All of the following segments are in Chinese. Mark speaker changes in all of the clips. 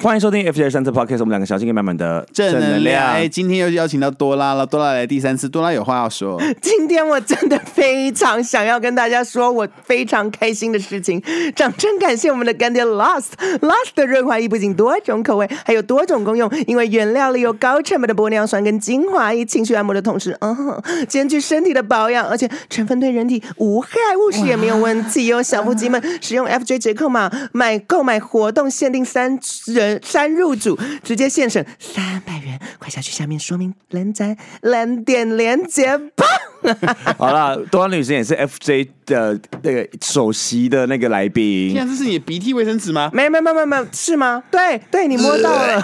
Speaker 1: 欢迎收听 FJ 三次 Podcast，我们两个小心给满满的
Speaker 2: 正能量。哎、今天又邀请到多拉了，多拉来第三次，多拉有话要说。
Speaker 3: 今天我真的非常想要跟大家说，我非常开心的事情。掌声感谢我们的干爹 Lost Lost 的润滑液不仅多种口味，还有多种功用，因为原料里有高成本的玻尿酸跟精华液，情绪按摩的同时，嗯哼，兼具身体的保养，而且成分对人体无害物质也没有问题哦。小腹肌们使用 FJ 折扣码买购买活动限定三人三入主，直接现省三百元，快下去下面说明栏摘蓝点连接吧。
Speaker 1: 好啦，多安女士也是 FJ 的那个首席的那个来宾
Speaker 2: 天啊，这是你的鼻涕卫生纸吗？
Speaker 3: 没有没有没有没有没有是吗？对对，你摸到了。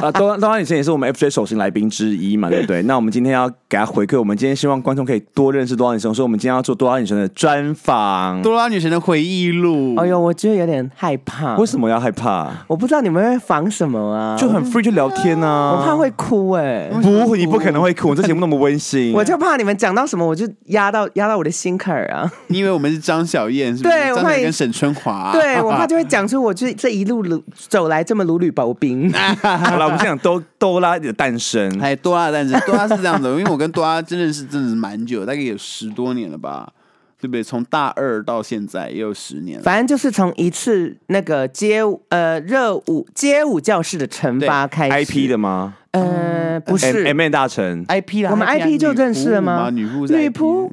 Speaker 1: 啊，多多安女士也是我们 FJ 首席来宾之一嘛，对不对？那我们今天要给她回馈，我们今天希望观众可以多认识多安女士，所以我们今天要做多安女士的专访。
Speaker 2: 多拉女神的回忆录。
Speaker 3: 哎呦，我就有点害怕
Speaker 1: 为，什么要害怕？
Speaker 3: 我不知道你们会防什么啊，
Speaker 1: 就很 free 就聊天啊，
Speaker 3: 我怕会哭哎、
Speaker 1: 不，你不可能会哭，我这节目那么温馨。
Speaker 3: 我就怕你们讲到什么，我就压到压到我的心坎儿 啊！
Speaker 2: 你以为我们是张小燕是不是？
Speaker 3: 对我
Speaker 2: 张
Speaker 3: 怕
Speaker 2: 小燕
Speaker 3: 你
Speaker 2: 跟沈春华。
Speaker 3: 对我怕就会讲出我这这一路路走来这么如履薄冰。
Speaker 1: 好了，我们先讲多多拉的诞生。
Speaker 2: 哎，多拉的诞生，多拉是这样的，因为我跟多拉真的是真的是蛮久，大概有十多年了吧，对不对？从大二到现在也有十年了。
Speaker 3: 反正就是从一次那个街舞呃热舞街舞教室的惩罚开始
Speaker 1: IP 的吗？
Speaker 3: 呃不是
Speaker 1: M N 大臣
Speaker 2: IP 啦，
Speaker 3: 我们
Speaker 2: IP 啊
Speaker 3: IP 就认识了吗
Speaker 2: 女仆是 IP
Speaker 3: 女仆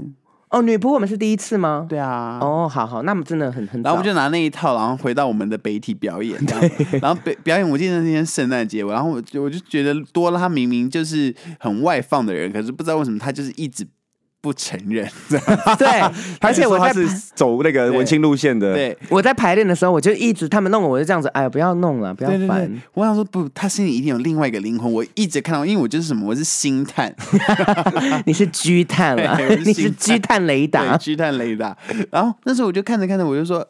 Speaker 3: 哦女仆我们是第一次吗？
Speaker 2: 对啊，
Speaker 3: 哦，好好，那么真的很很
Speaker 2: 然
Speaker 3: 早。
Speaker 2: 后我们就拿那一套，然后回到我们的北体表演，这 样。然后北表演，我记得那天圣诞节，然后我就我就觉得多拉他明明就是很外放的人，可是不知道为什么他就是一直不承认。
Speaker 3: 对，
Speaker 1: 他
Speaker 3: 而
Speaker 1: 是
Speaker 3: 且我
Speaker 1: 说他
Speaker 3: 在
Speaker 1: 是走那个文青路线的，，
Speaker 2: 对
Speaker 3: 我在排练的时候，我就一直他们弄我，我就这样子，哎呀，不要弄了，不要
Speaker 2: 对对
Speaker 3: 烦。
Speaker 2: 对，我想说不，他心里一定有另外一个灵魂。我一直看到，因为我就是什么，我 是星探，
Speaker 3: 你是狙探 了
Speaker 2: 对我，是
Speaker 3: 你是狙探雷达
Speaker 2: 对，，巨探雷达。然后那时候我就看着看着，我就说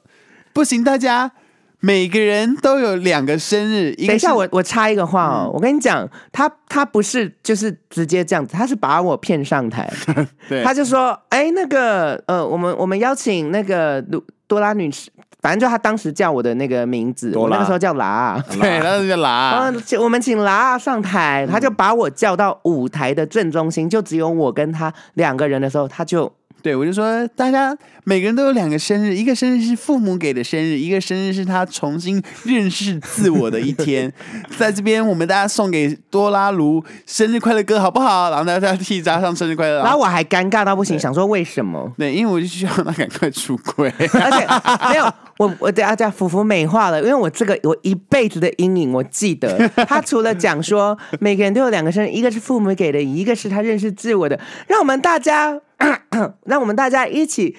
Speaker 2: 不行，大家每个人都有两个生日，一个
Speaker 3: 等一下，
Speaker 2: 是
Speaker 3: 我我插一个话
Speaker 2: 嗯
Speaker 3: 哦，我跟你讲，他他不是就是直接这样子，他是把我骗上台，
Speaker 2: 对
Speaker 3: 他就说，哎，那个呃，我们我们邀请那个鲁多拉女士，反正就他当时叫我的那个名字，
Speaker 1: 多
Speaker 3: 我
Speaker 1: 拉
Speaker 3: 那个时候叫拉。
Speaker 2: 对，然后就拉
Speaker 3: 啊，，请我们请拉上台，他就把我叫到舞台的正中心，就只有我跟他两个人的时候，他就
Speaker 2: 对，我就说大家每个人都有两个生日，一个生日是父母给的生日，一个生日是他重新认识自我的一天。在这边，我们大家送给多拉卢生日快乐歌，好不好？然后大家替他上生日
Speaker 1: 啊
Speaker 2: 快乐。啊？
Speaker 3: 然后我还尴尬到不行，想说为 什么
Speaker 2: 对，因为我就希望他赶快出柜。
Speaker 3: 而且没有我，我等下这样福福美化了，因为我这个我一辈子的阴影，我记得 他除了讲说每个人都有两个生日，一个是父母给的，一个是他认识自我的，让我们大家， 让我们大家一起。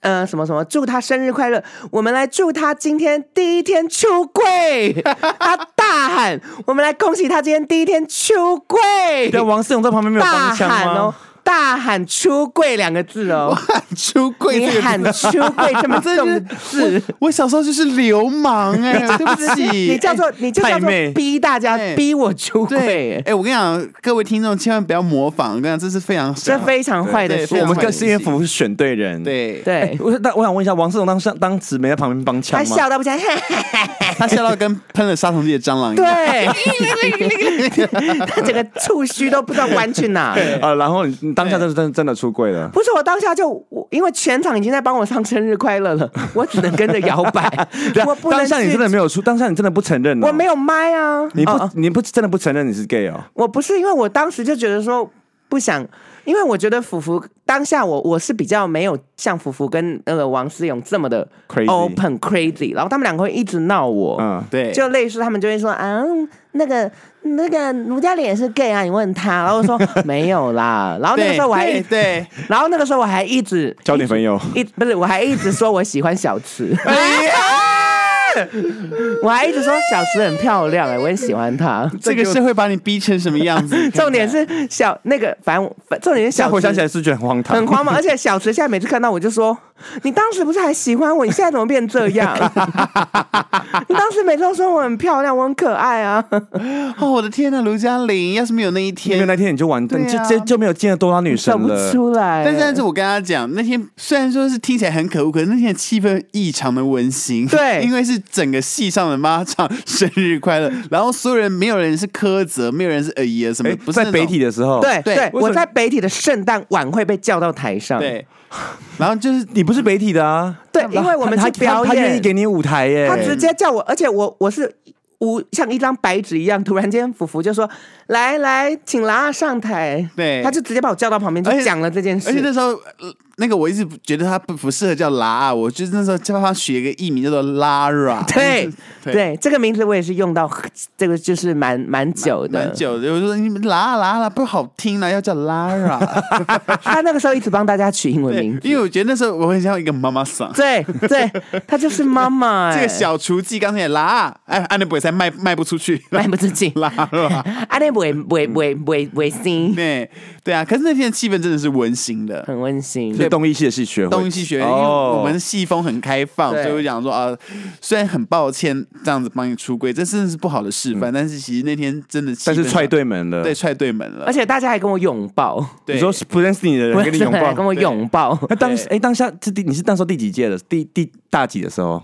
Speaker 3: 呃，什么什么，祝他生日快乐！我们来祝他今天第一天出柜， 他大喊，我们来恭喜他今天第一天出柜，
Speaker 1: 但王思勇在旁边没有
Speaker 3: 大
Speaker 1: 帮腔
Speaker 3: 喊哦
Speaker 1: 吗？，
Speaker 3: 大喊“出柜”两个字哦，
Speaker 2: 出柜这
Speaker 3: 你
Speaker 2: 个
Speaker 3: 喊
Speaker 2: 字
Speaker 3: 出柜 这么重的字，
Speaker 2: 我小时候就是流氓哎、对不起，
Speaker 3: 你叫做你就叫
Speaker 1: 哎太
Speaker 3: 做
Speaker 1: 妹哎
Speaker 3: 逼大家
Speaker 2: 对
Speaker 3: 逼我出
Speaker 2: 对
Speaker 3: 柜，，
Speaker 2: 哎，我跟你讲，各位听众千万不要模仿，我跟你讲，这是非常
Speaker 3: 这非常坏的
Speaker 2: 对
Speaker 3: 事
Speaker 2: 非。
Speaker 1: 我
Speaker 2: 常
Speaker 1: 们跟新元福是选对人，。
Speaker 2: 对，
Speaker 1: 哎
Speaker 3: 对，
Speaker 1: 我那我想问一下，王思勇当时当时没在旁边帮腔
Speaker 3: 他
Speaker 1: 吗？
Speaker 3: 笑到不行，
Speaker 2: 他笑到跟喷了杀虫剂的蟑螂一样。
Speaker 3: 对， 他整个触须都不知道弯 去哪。
Speaker 1: 啊，然后你你当下真的真的真的出柜了，
Speaker 3: 不是我当下就我，因为全场已经在帮我唱生日快乐了，我只能跟着摇摆
Speaker 1: 对，啊
Speaker 3: 我不能
Speaker 1: 当下你
Speaker 3: 去
Speaker 1: 真的没有出，当下你真的不承认哦，
Speaker 3: 我没有麦啊，
Speaker 1: 你
Speaker 3: 哦哦
Speaker 1: 不你不真的不承认你是 gay 哦，
Speaker 3: 我不是因为我当时就觉得说不想，因为我觉得福福当下我我是比较没有像福福跟那个王思勇这么的
Speaker 1: Crazy
Speaker 3: open crazy，然后他们两个会一直闹我，
Speaker 1: 嗯，
Speaker 2: 对，
Speaker 3: 就类似他们就会说啊那个那个卢嘉玲也是 gay 啊，你问他，然后 我说没有啦，
Speaker 2: 哦
Speaker 3: 然后那个时候我还
Speaker 2: 对
Speaker 3: 一，
Speaker 2: 对，
Speaker 3: 然后那个时候我还一直
Speaker 1: 交点朋友，
Speaker 3: 一不是我还一直说我喜欢小 池，
Speaker 2: 哎呀
Speaker 3: 我还一直说小池很漂亮哎、我很喜欢她。
Speaker 2: 这个社会把你逼成什么样子？
Speaker 3: 重点是小那个，反正反重点是
Speaker 1: 现在
Speaker 3: 小
Speaker 1: 回
Speaker 3: 池
Speaker 1: 想起来是觉得很荒唐，
Speaker 3: 很荒。谬。而且小池现在每次看到我就说：“你当时不是还喜欢我，你现在怎么变这样？ 你当时每次都说我很漂亮，我很可爱啊。
Speaker 2: 哦，我的天呐，卢嘉玲，要是没有那一
Speaker 1: 因为
Speaker 2: 天，
Speaker 1: 那天你就完蛋，
Speaker 2: 对
Speaker 1: 你
Speaker 2: 啊
Speaker 1: 就就就没有见到多拉女神
Speaker 3: 想不
Speaker 1: 了。
Speaker 3: 出来。
Speaker 2: 但是但是我跟他讲，那天虽然说是听起来很可恶，可是那天的气氛异常的温馨。
Speaker 3: 对
Speaker 2: 因为是整个戏上的妈唱生日快乐，然后所有人没有人是苛责，没有人是呃耶什么
Speaker 1: 哎
Speaker 2: 的，不是
Speaker 1: 在
Speaker 2: 那种
Speaker 1: 北体的时候，
Speaker 3: 对
Speaker 2: 对
Speaker 3: 对，
Speaker 1: 为什
Speaker 3: 我
Speaker 1: 么
Speaker 3: 在北体的圣诞晚会被叫到台上。
Speaker 2: 对，然后就是
Speaker 1: 你不是北体的啊。
Speaker 3: 对
Speaker 1: 他
Speaker 3: 因为我们
Speaker 1: 他
Speaker 3: 去表
Speaker 1: 他他愿
Speaker 3: 演
Speaker 1: 意给你舞台耶。
Speaker 3: 他直接叫我，而且我我是无像一张白纸一样，突然间福福就说：“来来，请拉上台。”
Speaker 2: 对
Speaker 3: 他就直接把我叫到旁边，
Speaker 2: 而
Speaker 3: 就
Speaker 2: 且
Speaker 3: 讲了这件事。
Speaker 2: 而且那时候，呃那个我一直觉得他不不适合叫拉啊，我就是那时候叫他取一个艺名叫做 Lara，
Speaker 3: 对
Speaker 2: 对
Speaker 3: 对，这个名字我也是用到，这个就是蛮蛮久的。
Speaker 2: 蛮久的。我就说你们拉啊拉啊拉不好听啊，要叫 Lara。
Speaker 3: 他那个时候一直帮大家取英文
Speaker 2: 对
Speaker 3: 名，字。
Speaker 2: 因为我觉得那时候我很像一个妈妈桑。
Speaker 3: 对对，他就是妈妈、
Speaker 2: 这
Speaker 3: 哎
Speaker 2: 个小厨技刚才也拉啊，哎，安德伯才卖卖不出去，
Speaker 3: 卖不出去，
Speaker 2: 拉 啊。
Speaker 3: 阿内维维维维维新，
Speaker 2: 对对啊，可是那天的气氛真的是温馨的。
Speaker 3: 很温馨。
Speaker 1: 是东一系的系学会，
Speaker 2: 东西学院，因为
Speaker 1: 哦
Speaker 2: 我们系风很开放，
Speaker 3: 哦对
Speaker 2: 所以我想说啊，虽然很抱歉这样子帮你出柜，这真的是不好的示
Speaker 3: 嗯
Speaker 2: 范，但是其实那天真的气氛
Speaker 1: 但
Speaker 2: 上，
Speaker 1: 是踹对门了。
Speaker 2: 对踹对门了，
Speaker 3: 而且大家还跟我拥抱，
Speaker 2: 对
Speaker 1: 你说不认识你的人跟你拥抱
Speaker 3: 跟，我拥抱。
Speaker 1: 那当时
Speaker 2: 对
Speaker 1: 哎，当下这第你是那时候第几届的？第第大几的时候？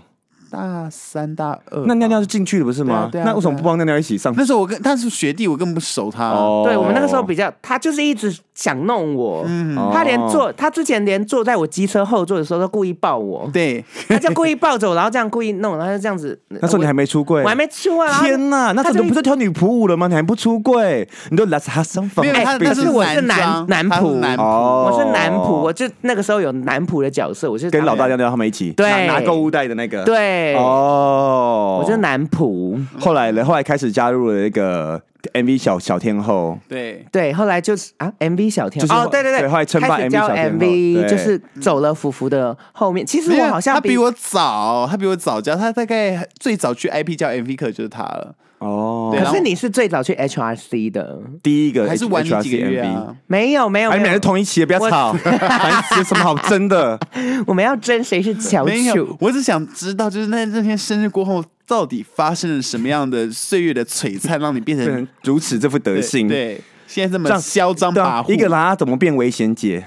Speaker 2: 大三大二，
Speaker 1: 那尿尿就进去了不是吗？
Speaker 2: 对啊对啊
Speaker 1: 那为什么不帮尿尿一起
Speaker 3: 啊
Speaker 1: 上？
Speaker 2: 那时候我跟他是学弟，我根本不熟他，
Speaker 1: 哦
Speaker 3: 对我们那个时候比较，他就是一直想弄我，他连坐，他之前连坐在我机车后座的时候都故意抱我，
Speaker 2: 对，
Speaker 3: 他就故意抱着我，然后这样故意弄，然后就这样子。
Speaker 1: 那时候你还没出柜，
Speaker 3: 我还没出啊，然后
Speaker 1: 天呐，那时
Speaker 3: 他
Speaker 1: 候
Speaker 3: 就
Speaker 1: 你不是跳女仆舞了吗？你还不出柜，你都 Let's have some
Speaker 2: 没有
Speaker 1: fun。
Speaker 2: 他，
Speaker 3: 可
Speaker 2: 那
Speaker 3: 是我是男
Speaker 2: 装
Speaker 3: 男
Speaker 2: 他是
Speaker 3: 仆
Speaker 2: 男
Speaker 1: 哦
Speaker 3: 我是男仆，我就那个时候有男仆的角色，我是
Speaker 1: 跟老大尿尿他们一起，
Speaker 3: 对
Speaker 1: 拿拿购物袋的那个，
Speaker 3: 对，
Speaker 1: 哦，
Speaker 3: 我就是男仆。
Speaker 1: 后来呢，后来开始加入了那个 MV 小小天后，
Speaker 2: 对，
Speaker 3: 对，后来就是啊，MV 小天
Speaker 1: 就是
Speaker 3: 哦，对对
Speaker 1: 对后来称霸
Speaker 3: 开始
Speaker 1: MV
Speaker 3: 教
Speaker 1: 小天后
Speaker 3: MV，
Speaker 1: 对
Speaker 3: 就是走了福福的后面。其实
Speaker 2: 没有
Speaker 3: 我好像
Speaker 2: 他比我早，他比我早教，他大概最早去 IP 教 MV 课就是他了，
Speaker 1: 哦，
Speaker 2: 对
Speaker 3: 可
Speaker 2: 然后
Speaker 3: 是你是最早去 HRC 的，
Speaker 1: 第一个
Speaker 2: 还是玩你
Speaker 1: HRC
Speaker 2: 几个月
Speaker 1: MV
Speaker 2: 啊？
Speaker 3: 没有没有，
Speaker 1: 哎，你们
Speaker 3: 没
Speaker 1: 俩
Speaker 3: 有
Speaker 1: 是同一期的，不要
Speaker 3: 我
Speaker 1: 吵，烦死，有什么好争的？
Speaker 3: 我们要争谁是翘
Speaker 2: 没有
Speaker 3: 楚，。
Speaker 2: 我只想知道，就是那那天生日过后，到底发生了什么样的岁月的璀璨，让你变
Speaker 1: 不
Speaker 2: 成
Speaker 1: 能如此这副德
Speaker 2: 对
Speaker 1: 性，
Speaker 2: 对，现在这
Speaker 1: 这
Speaker 2: 么
Speaker 1: 样
Speaker 2: 嚣张
Speaker 1: 对
Speaker 2: 跋
Speaker 1: 啊，
Speaker 2: 扈，
Speaker 1: 一个拉怎么变危险姐？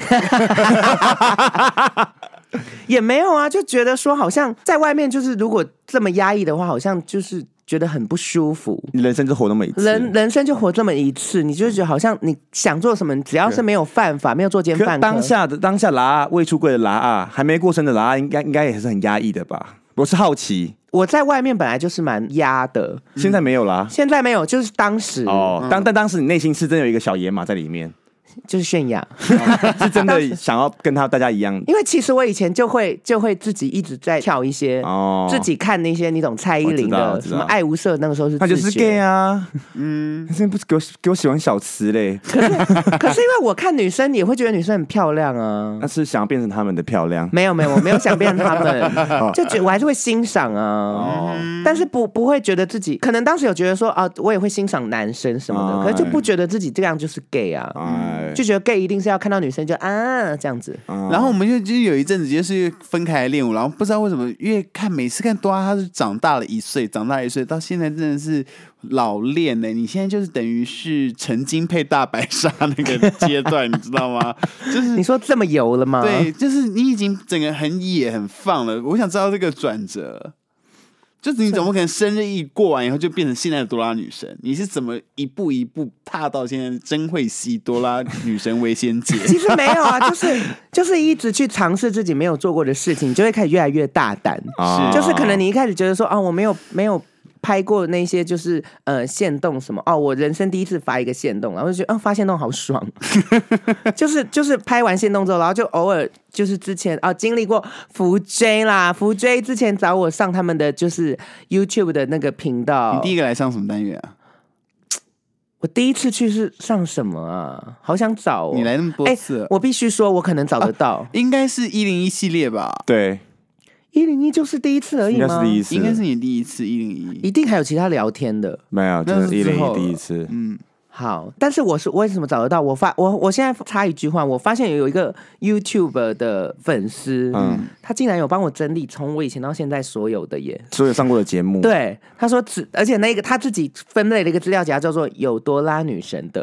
Speaker 3: 也没有啊，就觉得说好像在外面就是如果这么压抑的话，好像就是觉得很不舒服。
Speaker 1: 你人生就活那么一次，
Speaker 3: 人人生就活这么一次，你就觉得好像你想做什么，你只要是没有犯法，没有做奸
Speaker 1: 可
Speaker 3: 犯科，
Speaker 1: 当下的当下拉啊未出柜的拉啊，还没过生的拉啊，应该应该也是很压抑的吧？我是好奇，
Speaker 3: 我在外面本来就是蛮压的，
Speaker 1: 现在没有啦。
Speaker 3: 现在没有，就是当时
Speaker 1: 哦，当但当时你内心是真有一个小野马在里面，
Speaker 3: 就是炫耀。
Speaker 1: 是真的想要跟他大家一样
Speaker 3: 因为其实我以前就会就会自己一直在跳一些，
Speaker 1: 哦，
Speaker 3: 自己看那些你懂蔡依林
Speaker 1: 我知道我
Speaker 3: 的
Speaker 1: 知
Speaker 3: 什
Speaker 1: 道
Speaker 3: 么爱无色，那个时候是
Speaker 1: 他就
Speaker 3: 自
Speaker 1: 是
Speaker 3: 学
Speaker 1: gay 啊，嗯， 现在不是给我给我喜欢小词嘞，
Speaker 3: 可是因为我看女生也会觉得女生很漂亮啊
Speaker 1: 那。是想要变成他们的漂亮
Speaker 3: 没有没有，我没有想变 他们，就觉我还是会欣赏啊，
Speaker 1: 哦，
Speaker 3: 但是不不会觉得自己，可能当时有觉得说啊，我也会欣赏男生什么的，
Speaker 1: 哎
Speaker 3: 可是就不觉得自己这样就是 gay 啊，
Speaker 1: 哎，
Speaker 3: 就觉得 gay 一定是要看到女生就啊这样子，
Speaker 2: 然后我们就就有一阵子就是分开来练舞，然后不知道为什么越看每次看多拉，他是长大了一岁，长大一岁，到现在真的是老练呢、你现在就是等于是陈金配大白鲨那个阶段，你知道吗？就是
Speaker 3: 你说这么油了吗？
Speaker 2: 对， 就是你已经整个很野很放了。我想知道这个转折，就是你怎么可能生日一过完以后就变成现在的多拉女神？你是怎么一步一步踏到现在真会吸多拉女神为先 姐？
Speaker 3: 其实没有啊，就是就是一直去尝试自己没有做过的事情，你就会开始越来越大胆。
Speaker 2: 哦
Speaker 1: 啊
Speaker 3: 就是可能你一开始觉得说，哦，我没有没有拍过那些就是呃线动什么，哦，我人生第一次发一个线动，然后就觉得，嗯、发线动好爽， 就是就是拍完线动之后，然后就偶尔就是之前啊、哦、经历过福 J 啦，福 J 之前找我上他们的就是 YouTube 的那个频
Speaker 2: 你
Speaker 3: 道，
Speaker 2: 第一个来上什么单元啊？
Speaker 3: 我第一次去是上什么啊？好想找哦，
Speaker 2: 你来那么多
Speaker 3: 哎
Speaker 2: 次了，哦
Speaker 3: 我必须说，我可能找得到。
Speaker 2: 应该是一零一系列吧？
Speaker 1: 对，
Speaker 3: 一零一就是第一次而已
Speaker 1: 应
Speaker 3: 吗？
Speaker 1: 该是第一次，
Speaker 2: 应该是你第一次一零一。
Speaker 3: 一定还有其他聊天的。
Speaker 1: 没有，
Speaker 2: 那
Speaker 1: 就是是一
Speaker 2: 之
Speaker 1: 零
Speaker 2: 后
Speaker 1: 一第一次，
Speaker 2: 嗯，
Speaker 3: 好，但是我是我为什么找得到？我发我我现在插一句话，我发现有一个 YouTube 的粉丝，嗯，他竟然有帮我整理从我以前到现在所有的耶。
Speaker 1: 所有上过的节目，，
Speaker 3: 对，他说只而且那个他自己分类了一个资料夹，叫做有多拉女神的，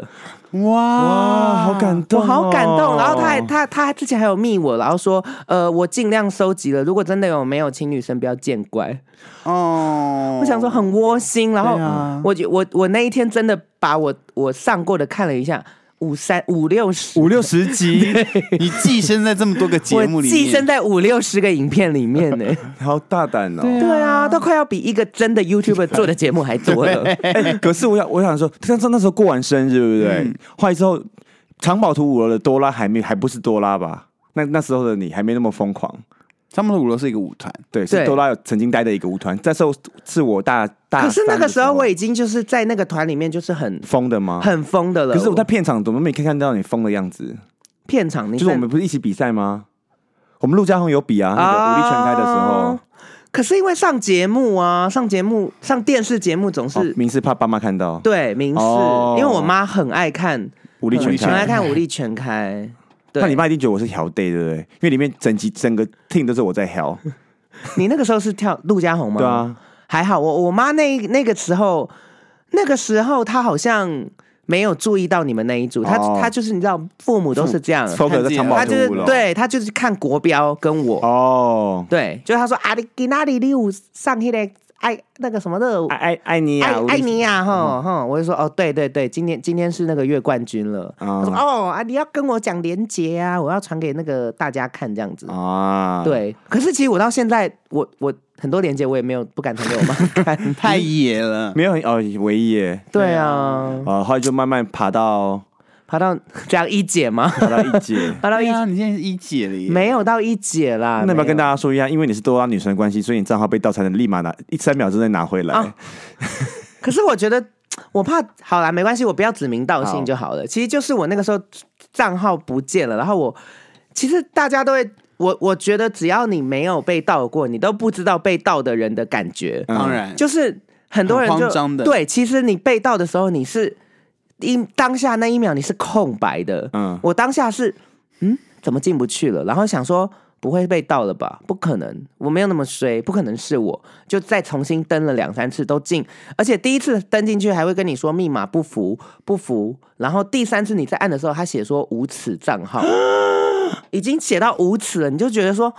Speaker 1: 哇，好感动、哦
Speaker 3: 我好感动。然后他还他他之前还有密我，然后说呃我尽量收集了，如果真的有没有，请女生不要见怪。
Speaker 2: 哦，
Speaker 3: 我想说很窝心，然后
Speaker 2: 对啊
Speaker 3: 我就我我那一天真的把我我上过的看了一下，五三五六十，
Speaker 2: 五六十 集，你寄生在这么多个节目
Speaker 3: 我
Speaker 2: 里面，
Speaker 3: 寄生在五六十个影片 里面呢。
Speaker 1: 好大胆哦。
Speaker 3: 对啊，都快要比一个真的 YouTuber 做的节目还多 了。
Speaker 1: 哎可是我想，我想说，像那时候过完生日，对不对？
Speaker 3: 嗯
Speaker 1: 后来之后，藏宝图五楼的多拉还没，还不是多拉吧？那那时候的你还没那么疯狂，
Speaker 2: 他们的五楼是一个舞团，。
Speaker 1: 对，是
Speaker 3: 对
Speaker 1: 多拉有曾经待的一个舞团，那时候是我大大，
Speaker 3: 可是那个时候我已经就是在那个团里面就是很
Speaker 1: 疯的吗？
Speaker 3: 很疯的了。
Speaker 1: 啊可是我在片场怎么没看到你疯的样子？
Speaker 3: 片场，你
Speaker 1: 就是我
Speaker 3: 看
Speaker 1: 们不是一起比赛吗？我们陆家宏有比啊，那个武力全开的时候
Speaker 3: 哦，可是因为上节目啊，上节目上电视节目总
Speaker 1: 哦
Speaker 3: 是。
Speaker 1: 明是怕爸妈看到
Speaker 3: 对，明示，
Speaker 1: 哦
Speaker 3: 因为我妈很爱看，
Speaker 1: 武力
Speaker 3: 很
Speaker 1: 全
Speaker 3: 很爱
Speaker 1: 开。
Speaker 3: 看武力全开。对
Speaker 1: 那你爸一定觉得我是调 day 对不对？因为里面整集整个 team 都是我在调，
Speaker 3: 嗯你那个时候是跳陆家红吗？
Speaker 1: 对，啊，
Speaker 3: 还好我我妈那那个时候，那个时候她好像没有注意到你们那一组，她
Speaker 1: 哦
Speaker 3: 她就是你知道父母都是这样，
Speaker 1: focus 在藏宝
Speaker 3: 她就
Speaker 1: 图
Speaker 3: 是
Speaker 1: 五楼。
Speaker 3: 对她就是看国标跟我，
Speaker 1: 哦，
Speaker 3: 对，就是她说啊你给哪里礼物上去嘞，爱那个什么的。
Speaker 1: 爱爱爱你
Speaker 3: 爱
Speaker 1: 啊，
Speaker 3: 爱你呀，哈哈！我就说哦，对对对，今天今天是那个月冠军了。
Speaker 1: 哦
Speaker 3: 她说哦啊，你要跟我讲连结啊，我要传给那个大家看这样子。
Speaker 1: 啊，，
Speaker 3: 哦对，可是其实我到现在，我我很多连接我也没有不敢传给我妈看
Speaker 2: 太野了。
Speaker 1: 没有很哦，唯一耶，
Speaker 3: 对啊，
Speaker 1: 啊，后来就慢慢爬到
Speaker 3: 爬到这样一姐吗？
Speaker 1: 爬到一姐。
Speaker 3: 爬到
Speaker 2: 对
Speaker 3: 一、
Speaker 2: 呀，你现在是一姐了耶，
Speaker 3: 没有到一姐啦。
Speaker 1: 那要不要
Speaker 3: 啊没有
Speaker 1: 跟大家说一下？因为你是多拉女神的关系，所以你账号被盗才能立马拿一三秒之内拿回来。
Speaker 3: 啊可是我觉得，我怕好啦，没关系，我不要指名道
Speaker 1: 好
Speaker 3: 姓就好了。其实就是我那个时候账号不见了，然后我其实大家都会，我我觉得只要你没有被盗过，你都不知道被盗的人的感觉。
Speaker 1: 嗯
Speaker 2: 当然
Speaker 3: 就是很多人
Speaker 2: 很
Speaker 3: 就
Speaker 2: 慌张的
Speaker 3: 对，其实你被盗的时候，你是一当下那一秒你是空白的。
Speaker 1: 嗯
Speaker 3: 我当下是嗯，怎么进不去了？然后想说不会被盗了吧？不可能，我没有那么衰，不可能是我。就再重新登了两三次都进，而且第一次登进去还会跟你说密码不符不符，然后第三次你在按的时候，他写说无此账号，已经写到无此了，你就觉得说。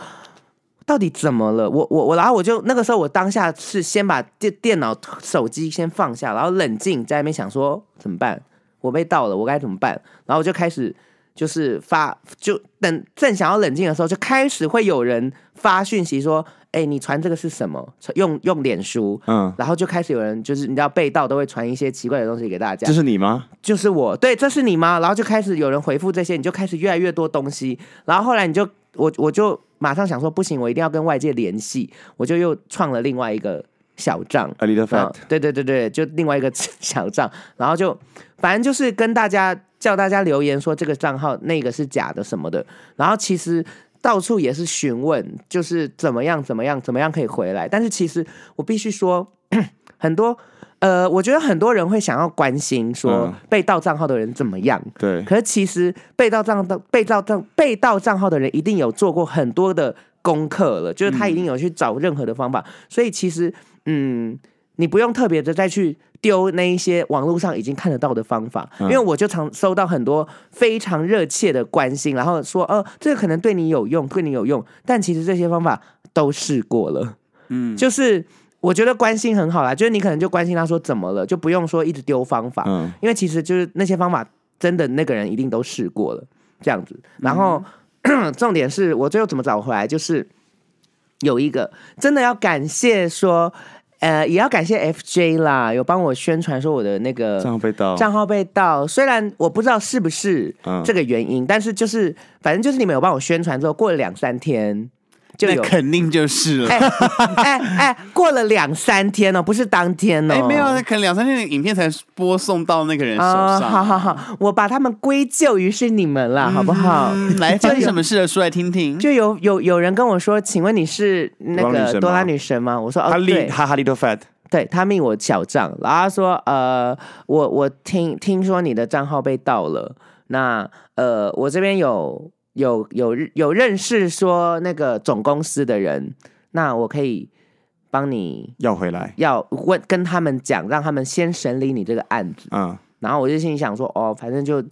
Speaker 3: 到底怎么了？我我我，然后我就那个时候，我当下是先把电电脑、手机先放下，然后冷静在那边想说怎么办？我被盗了，我该怎么办？然后我就开始就是发，就等正想要冷静的时候，就开始会有人发讯息说：“哎、你传这个是什么？用用脸书。”
Speaker 1: 嗯，
Speaker 3: 然后就开始有人就是你知道被盗都会传一些奇怪的东西给大家
Speaker 1: 这，是你吗？
Speaker 3: 就是我，对，这是你吗？然后就开始有人回复这些，你就开始越来越多东西，然后后来你就我我就马上想说不行，我一定要跟外界联系，我就又创了另外一个小账。
Speaker 1: A little
Speaker 3: 嗯
Speaker 1: fat，，
Speaker 3: 对对对对，就另外一个 小账，然后就反正就是跟大家叫大家留言说这个账号那个是假的什么的，然后其实到处也是询问，就是怎么样怎么样怎么样可以回来，但是其实我必须说 很多。呃，我觉得很多人会想要关心说
Speaker 1: 嗯
Speaker 3: 被盗账号的人怎么样，
Speaker 1: 对，
Speaker 3: 可是其实被盗账的被盗账被盗账号的人一定有做过很多的功课了，就是他一定有去找任何的方法，所以其实嗯，你不用特别的再去丢那一些网络上已经看得到的方法，
Speaker 1: 嗯
Speaker 3: 因为我就常收到很多非常热切的关心，然后说呃，这个可能对你有用，对你有用，但其实这些方法都试过了。
Speaker 1: 嗯
Speaker 3: 就是我觉得关心很好啦，就是你可能就关心他说怎么了，就不用说一直丢方法，
Speaker 1: 嗯
Speaker 3: 因为其实就是那些方法真的那个人一定都试过了这样子。然后、
Speaker 2: 嗯
Speaker 3: 重点是我最后怎么找回来，就是有一个真的要感谢说。呃，也要感谢 FJ 啦，有帮我宣传说我的那个
Speaker 1: 账号被盗，
Speaker 3: 账号被盗，虽然我不知道是不是
Speaker 1: 嗯
Speaker 3: 这个原因，但是就是反正就是你们有帮我宣传之后，过了两三天就
Speaker 2: 那
Speaker 3: 有
Speaker 2: 肯定就是了。
Speaker 3: 哎哎哎，过了两三天哦，不是当天哦，
Speaker 2: 哎，没有，可能两三天的影片才播送到那个人手
Speaker 3: 啊、
Speaker 2: 上。
Speaker 3: 好好好，我把他们归咎于是你们啦，好不好？
Speaker 2: 嗯，来，发生什么事了？说来听听。
Speaker 3: 就有有有人跟我说，请问你是那
Speaker 1: 多拉女神吗
Speaker 3: 个多拉女神吗？我说哦，
Speaker 1: 他立
Speaker 3: 对，
Speaker 1: 哈哈 little fat，
Speaker 3: 对他命我小账，然后他说呃，我我听听说你的账号被盗了，那呃，我这边有有有有认识说那个总公司的人，那我可以帮你
Speaker 1: 要回来，
Speaker 3: 要问跟他们讲，让他们先审理你这个案子。
Speaker 1: 嗯，
Speaker 3: 然后我就心里想说，哦，反正就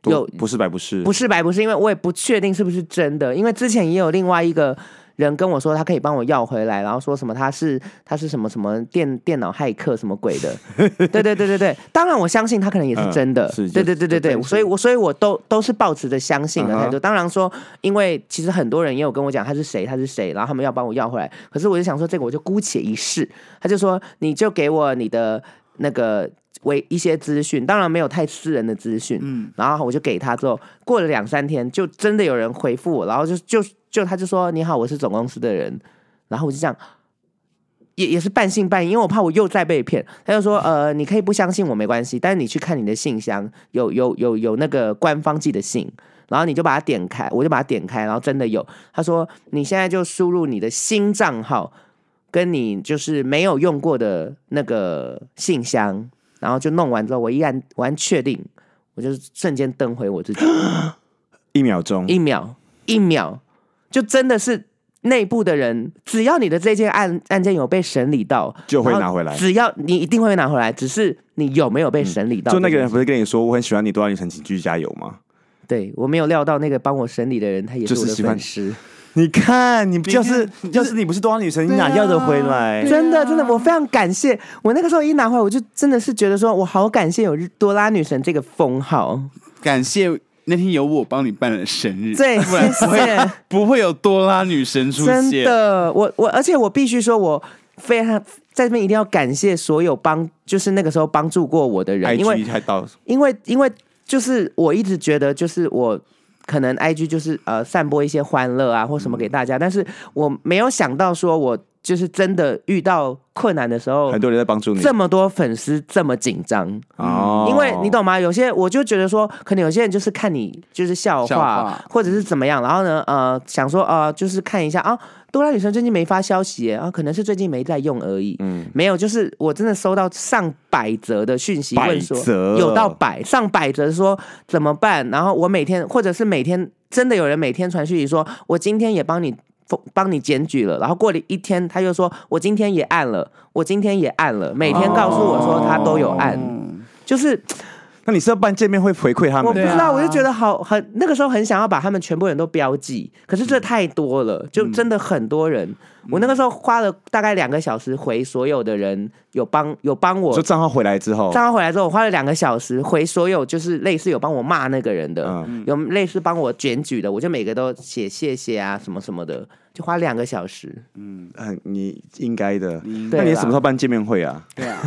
Speaker 1: 不
Speaker 3: 有
Speaker 1: 不是白不是，
Speaker 3: 不是白不是，因为我也不确定是不是真的，因为之前也有另外一个人跟我说他可以帮我要回来，然后说什么他是他是什么什么电电脑骇客什么鬼 的，对对对对对，当然我相信他可能也是真的，
Speaker 1: 嗯是就
Speaker 3: 对对对对
Speaker 1: 就
Speaker 3: 对，
Speaker 1: 对
Speaker 3: 所以我所以我都都是抱持着相信的
Speaker 1: 嗯哼
Speaker 3: 态度。当然说，因为其实很多人也有跟我讲他是谁他是谁，然后他们要帮我要回来，可是我就想说这个我就姑且一试，他就说你就给我你的那个为一些资讯，当然没有太私人的资讯，嗯，然后我就给他之后，过了两三天，就真的有人回复我，然后就就就他就说你好，我是总公司的人，然后我就这样。也也是半信半疑，因为我怕我又再被骗。他就说，呃，你可以不相信我没关系，但是你去看你的信箱，有有有有那个官方寄的信，然后你就把它点开，我就把它点开，然后真的有。他说你现在就输入你的新账号，跟你就是没有用过的那个信箱，然后就弄完之后，我一按我按确定，我就瞬间登回我自己，
Speaker 1: 一秒钟，
Speaker 3: 一秒一秒，就真的是内部的人，只要你的这件案案件有被审理到，
Speaker 1: 就会
Speaker 3: 然后
Speaker 1: 拿回来嗯
Speaker 3: 只要你一定会拿回来，只是你有没有被审理到这
Speaker 1: 就
Speaker 3: 件事、
Speaker 1: 那个人不是跟你说我很喜欢你多少女神，请继续加油吗？
Speaker 3: 对我没有料到那个帮我审理的人，他也
Speaker 1: 就是
Speaker 3: 我的
Speaker 1: 喜欢
Speaker 3: 粉丝。
Speaker 1: 你看，你要是
Speaker 2: 你看
Speaker 1: 要是你不是多少女神，你哪要得回来？
Speaker 2: 对啊
Speaker 3: 真的，真的，我非常感谢。我那个时候一拿回来，我就真的是觉得说，我好感谢有日多拉女神这个封号。
Speaker 2: 感谢那天有我帮你办了生日，
Speaker 3: 对，
Speaker 2: 不然
Speaker 3: 谢谢。
Speaker 2: 不会有多拉女神出
Speaker 3: 真
Speaker 2: 现。
Speaker 3: 的，我我，而且我必须说，我非常在这边一定要感谢所有帮，就是那个时候帮助过我的人，因为
Speaker 2: IG 还到
Speaker 3: 因为因为就是我一直觉得，就是我可能 IG 就是呃散播一些欢乐啊或什么给大
Speaker 1: 嗯
Speaker 3: 家，但是我没有想到说我就是真的遇到困难的时候
Speaker 1: 很，多人在帮助你
Speaker 3: 这么多粉丝这么紧张。
Speaker 1: 哦，
Speaker 3: 因为你懂吗？有些我就觉得说，可能有些人就是看你就是笑话，
Speaker 2: 笑话
Speaker 3: 或者是怎么样，然后呢，呃，想说呃，就是看一下啊，多拉女神最近没发消息耶啊，可能是最近没在用而已。嗯，没有，就是我真的收到上百则的讯息，
Speaker 1: 百
Speaker 3: 问说
Speaker 1: 则
Speaker 3: 有到百上百则说怎么办？然后我每天或者是每天真的有人每天传讯息说，我今天也帮你。帮你检举了，然后过了一天，他又说：“我今天也按了，我今天也按了。”每天告诉我说他都有按，
Speaker 2: 哦
Speaker 3: 就是
Speaker 1: 那你是要办见面会回馈他们
Speaker 3: 我不
Speaker 1: 的？
Speaker 3: 知
Speaker 2: 对
Speaker 3: 道，
Speaker 2: 啊
Speaker 3: 我就觉得好很那个时候很想要把他们全部人都标记，可是这太多
Speaker 1: 嗯
Speaker 3: 了，就真的很多人。我那个时候花了大概两个小时回所有的人，有帮有帮我
Speaker 1: 说账号回来之后，
Speaker 3: 账号回来之后，我花了两个小时回所有就是类似有帮我骂那个人的，
Speaker 1: 嗯
Speaker 3: 有类似帮我检举的，我就每个都写谢谢啊什么什么的，就花两个小时。
Speaker 1: 嗯，你应该的。那
Speaker 3: 该
Speaker 1: 你什么时候办见面会啊？
Speaker 2: 对啊，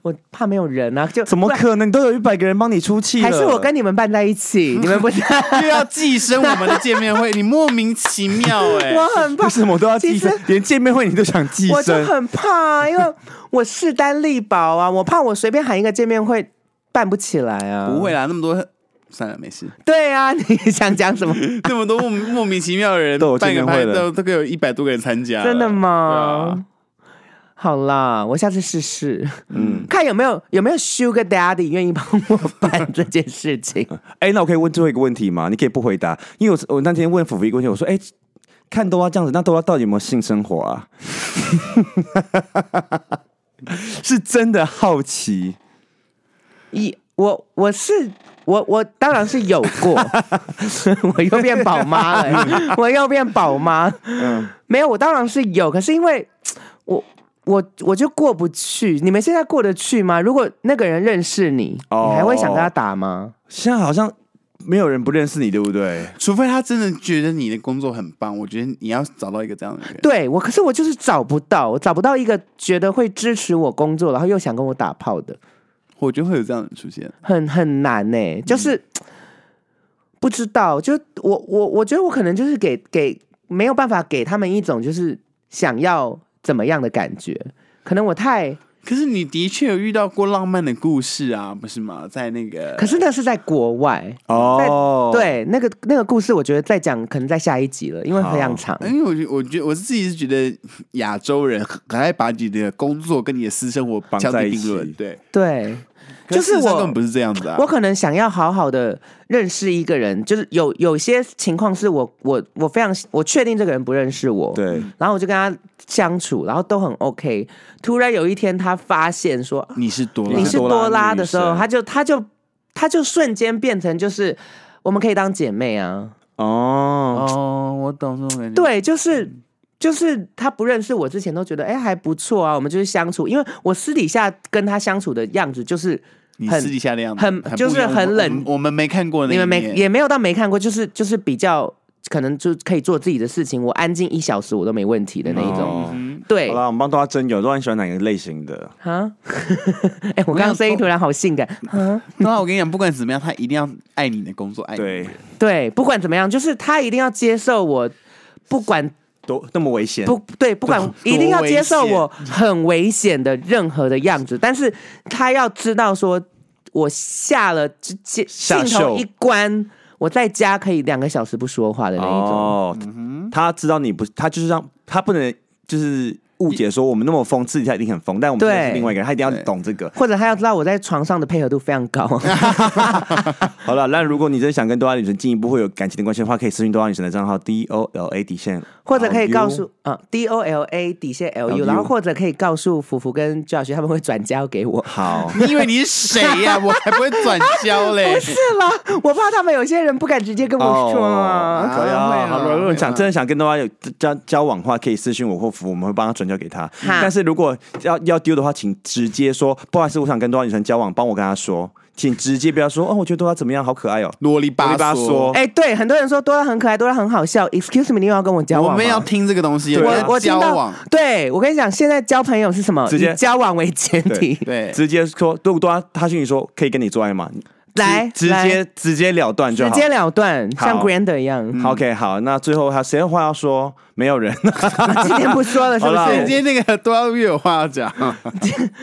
Speaker 3: 我怕没有人啊，就
Speaker 1: 怎么
Speaker 3: 不然
Speaker 1: 可能？你都有一百个人帮你出气了，
Speaker 3: 还是我跟你们办在一起？你们不是？
Speaker 2: 又要寄生我们的见面会，你莫名其妙哎、
Speaker 3: 我 很怕
Speaker 1: 为。什么都要寄生
Speaker 3: 其？
Speaker 1: 连见面会你都想寄
Speaker 3: 我就
Speaker 1: 生？
Speaker 3: 很怕、因为我势单力薄啊，我怕我随便喊一个见面会办不起来啊。
Speaker 2: 不会，啦，那么多算了，没事，
Speaker 3: 对啊， 你想讲 什么？
Speaker 2: 那么多莫莫名其妙的人
Speaker 1: 都有
Speaker 2: 办
Speaker 1: 见
Speaker 2: 个
Speaker 1: 面会
Speaker 2: 派
Speaker 1: 了
Speaker 2: 都都有一百多个人参加了，
Speaker 3: 真的
Speaker 2: 啊对啊
Speaker 3: 吗？好啦，我下次试试，嗯，看有没有有没有 Sugar Daddy 愿意帮我办这件事情。
Speaker 1: 哎、那我可以问最后一个问题吗？你可以不回答，因为我我那天问福福一个问题，我说：“哎、看豆花这样子，那豆花到底有没有性生活啊？” 是真的好奇，
Speaker 3: 一，我我是我我当然是有过，我又变宝妈了，我又变宝妈。嗯，没有，我当然是有，可是因为我我我就过不去。你们现在过得去吗？如果那个人认识你，
Speaker 1: 哦
Speaker 3: 你还会想跟他打吗？
Speaker 1: 现在好像没有人不认识你，对不对？
Speaker 2: 除非他真的觉得你的工作很棒，我觉得你要找到一个这样的人，
Speaker 3: 对我，可是我就是找不到，我找不到一个觉得会支持我工作，然后又想跟我打炮的，
Speaker 2: 我觉得会有这样的人出现。
Speaker 3: 很很难呢、就是、
Speaker 1: 嗯
Speaker 3: 不知道，就我我我觉得我可能就是给给没
Speaker 1: 呃
Speaker 3: 有办法给他们一种就是想要怎么样的感觉，可能我太
Speaker 2: 可是你的确有遇到过浪漫的故事啊，不是吗？在那个，
Speaker 3: 可是那是在国外。
Speaker 1: 哦，
Speaker 3: 在，对，那个那个故事，我觉得再讲可能在下一集了，因为非常长。
Speaker 2: 因为我觉我觉我自己是觉得亚洲人很很爱把你的工作跟你的私生活
Speaker 1: 绑
Speaker 2: 相提
Speaker 1: 在一
Speaker 2: 并
Speaker 1: 起
Speaker 2: 论，对，
Speaker 3: 对，
Speaker 2: 可
Speaker 3: 就
Speaker 2: 事
Speaker 3: 是是
Speaker 2: 实上根
Speaker 3: 我
Speaker 2: 本不是这样子啊。
Speaker 3: 我可能想要好好的认识一个人，就是有有些情况是我我我非常我确定这个人不认识我，
Speaker 1: 对，
Speaker 3: 然后我就跟他相处，然后都很 OK。突然有一天他发现说啊
Speaker 2: 你是多拉
Speaker 3: 你是
Speaker 1: 多
Speaker 3: 多
Speaker 1: 拉
Speaker 3: 拉
Speaker 1: 女
Speaker 3: 的时候，
Speaker 1: 神
Speaker 3: 他就他就他就瞬间变成就是我们可以当姐妹啊，
Speaker 1: 哦，
Speaker 2: 哦，我懂这种感觉。
Speaker 3: 对，就是。就是他不认识我之前都觉得哎、还不错啊，我们就是相处，因为我私底下跟他相处的样子就是
Speaker 2: 你
Speaker 3: 很
Speaker 2: 私底下的样子
Speaker 3: 很
Speaker 2: 不
Speaker 3: 就是
Speaker 2: 一样
Speaker 3: 很
Speaker 2: 我们
Speaker 3: 冷
Speaker 2: 我们我们没看过的那
Speaker 3: 你
Speaker 2: 一
Speaker 3: 们没
Speaker 2: 面
Speaker 3: 也没有到没看过，就是就是比较可能就可以做自己的事情，我安静一小时我都没问题的那一种。
Speaker 2: 嗯
Speaker 1: 哦
Speaker 3: 对
Speaker 1: 好啦，我们帮大家征友，都很喜欢哪个类型的？
Speaker 3: 啊， 哎、我刚刚声音突然好性感。啊，
Speaker 2: 对啊，我跟你讲，不管怎么样，他一定要爱你的工作，爱你的
Speaker 1: 对
Speaker 2: 人。，
Speaker 3: 对，不管怎么样，就是他一定要接受我，不管
Speaker 1: 都那么危险，
Speaker 3: 不对，不管
Speaker 2: 多
Speaker 3: 一定要接受
Speaker 2: 危险
Speaker 3: 我很危险的任何的样子，但是他要知道说，我下了这这
Speaker 1: 下
Speaker 3: 镜头
Speaker 1: 秀
Speaker 3: 一关，我在家可以两个小时不说话的那一种。
Speaker 1: 哦，他知道你不，他就是让他不能就是误解说我们那么疯，私底下一定很疯，但我们
Speaker 3: 对
Speaker 1: 现在是另外一个人，他一定要
Speaker 2: 对
Speaker 1: 懂这个。
Speaker 3: 或者他要知道我在床上的配合度非常 高，
Speaker 1: 好了，那如果你真的想跟多拉女神进一步会有感情的关系的话，可以私信多拉女神的账号 D O L A 底线，
Speaker 3: 或者可以
Speaker 1: LU
Speaker 3: 告诉
Speaker 1: 哦
Speaker 3: 啊 D O L A 底线 L U，
Speaker 1: LU
Speaker 3: 然后或者可以告诉福福跟 Josh 他们会转交给 我。
Speaker 1: 好。
Speaker 2: 你以为你是谁呀、我还不会转交嘞。
Speaker 3: 不是啦，我怕他们有些人不敢直接跟我说啊。
Speaker 1: 可以
Speaker 2: 会
Speaker 1: 啊。
Speaker 2: 啊
Speaker 1: 好了，如果你想
Speaker 2: 会啊
Speaker 1: 真的想跟多拉有交交往的话，可以私信我或服，我们会帮他转交给他。
Speaker 3: 哈
Speaker 1: 但是如果要要丢的话，请直接说，不好意思，我想跟多拉女神交往，帮我跟她说，请直接不要说哦，我觉得多拉怎么样，好可爱哦。
Speaker 2: 啰里吧
Speaker 1: 啰里吧嗦
Speaker 3: 哎、对，很多人说多拉很可爱，多拉很好笑。Excuse me，你又要跟我交往
Speaker 2: 我
Speaker 3: 吗？啊
Speaker 2: 们要听这个东西，
Speaker 1: 对
Speaker 2: 们要
Speaker 3: 我我听
Speaker 2: 交
Speaker 3: 到
Speaker 2: 往，
Speaker 3: 对我跟你讲，现在交朋友是什么？
Speaker 1: 直接
Speaker 3: 以交往为前提。
Speaker 2: 对，
Speaker 1: 直接说，如果多拉啊他讯你说可以跟你做爱吗？
Speaker 3: 来
Speaker 1: 直直接直截了断就
Speaker 3: 直
Speaker 1: 好。
Speaker 3: 截了断，
Speaker 1: 好嗯
Speaker 3: 像 Grander 一样。
Speaker 1: 好 OK，好，那最后还有谁有话要说？没有人。
Speaker 3: 今天不说了，是不
Speaker 1: 好啦
Speaker 3: 是
Speaker 2: 今？天那个多 拉月有话要 讲，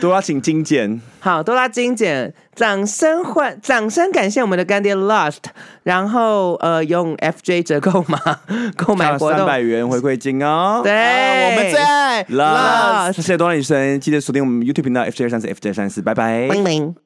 Speaker 1: 多拉请精简。
Speaker 3: 好，多拉精简，掌声欢，掌声感谢我们的干爹 Lost，然后呃，用 FJ 折扣码 购买活
Speaker 1: 三
Speaker 3: 动，
Speaker 1: 百元回馈金哦。
Speaker 3: 对，
Speaker 2: 我们在
Speaker 1: 啦，谢谢多拉女神，记得锁定我们 YouTube 频道 FJ 三四 FJ 三四，拜拜。
Speaker 3: 明明。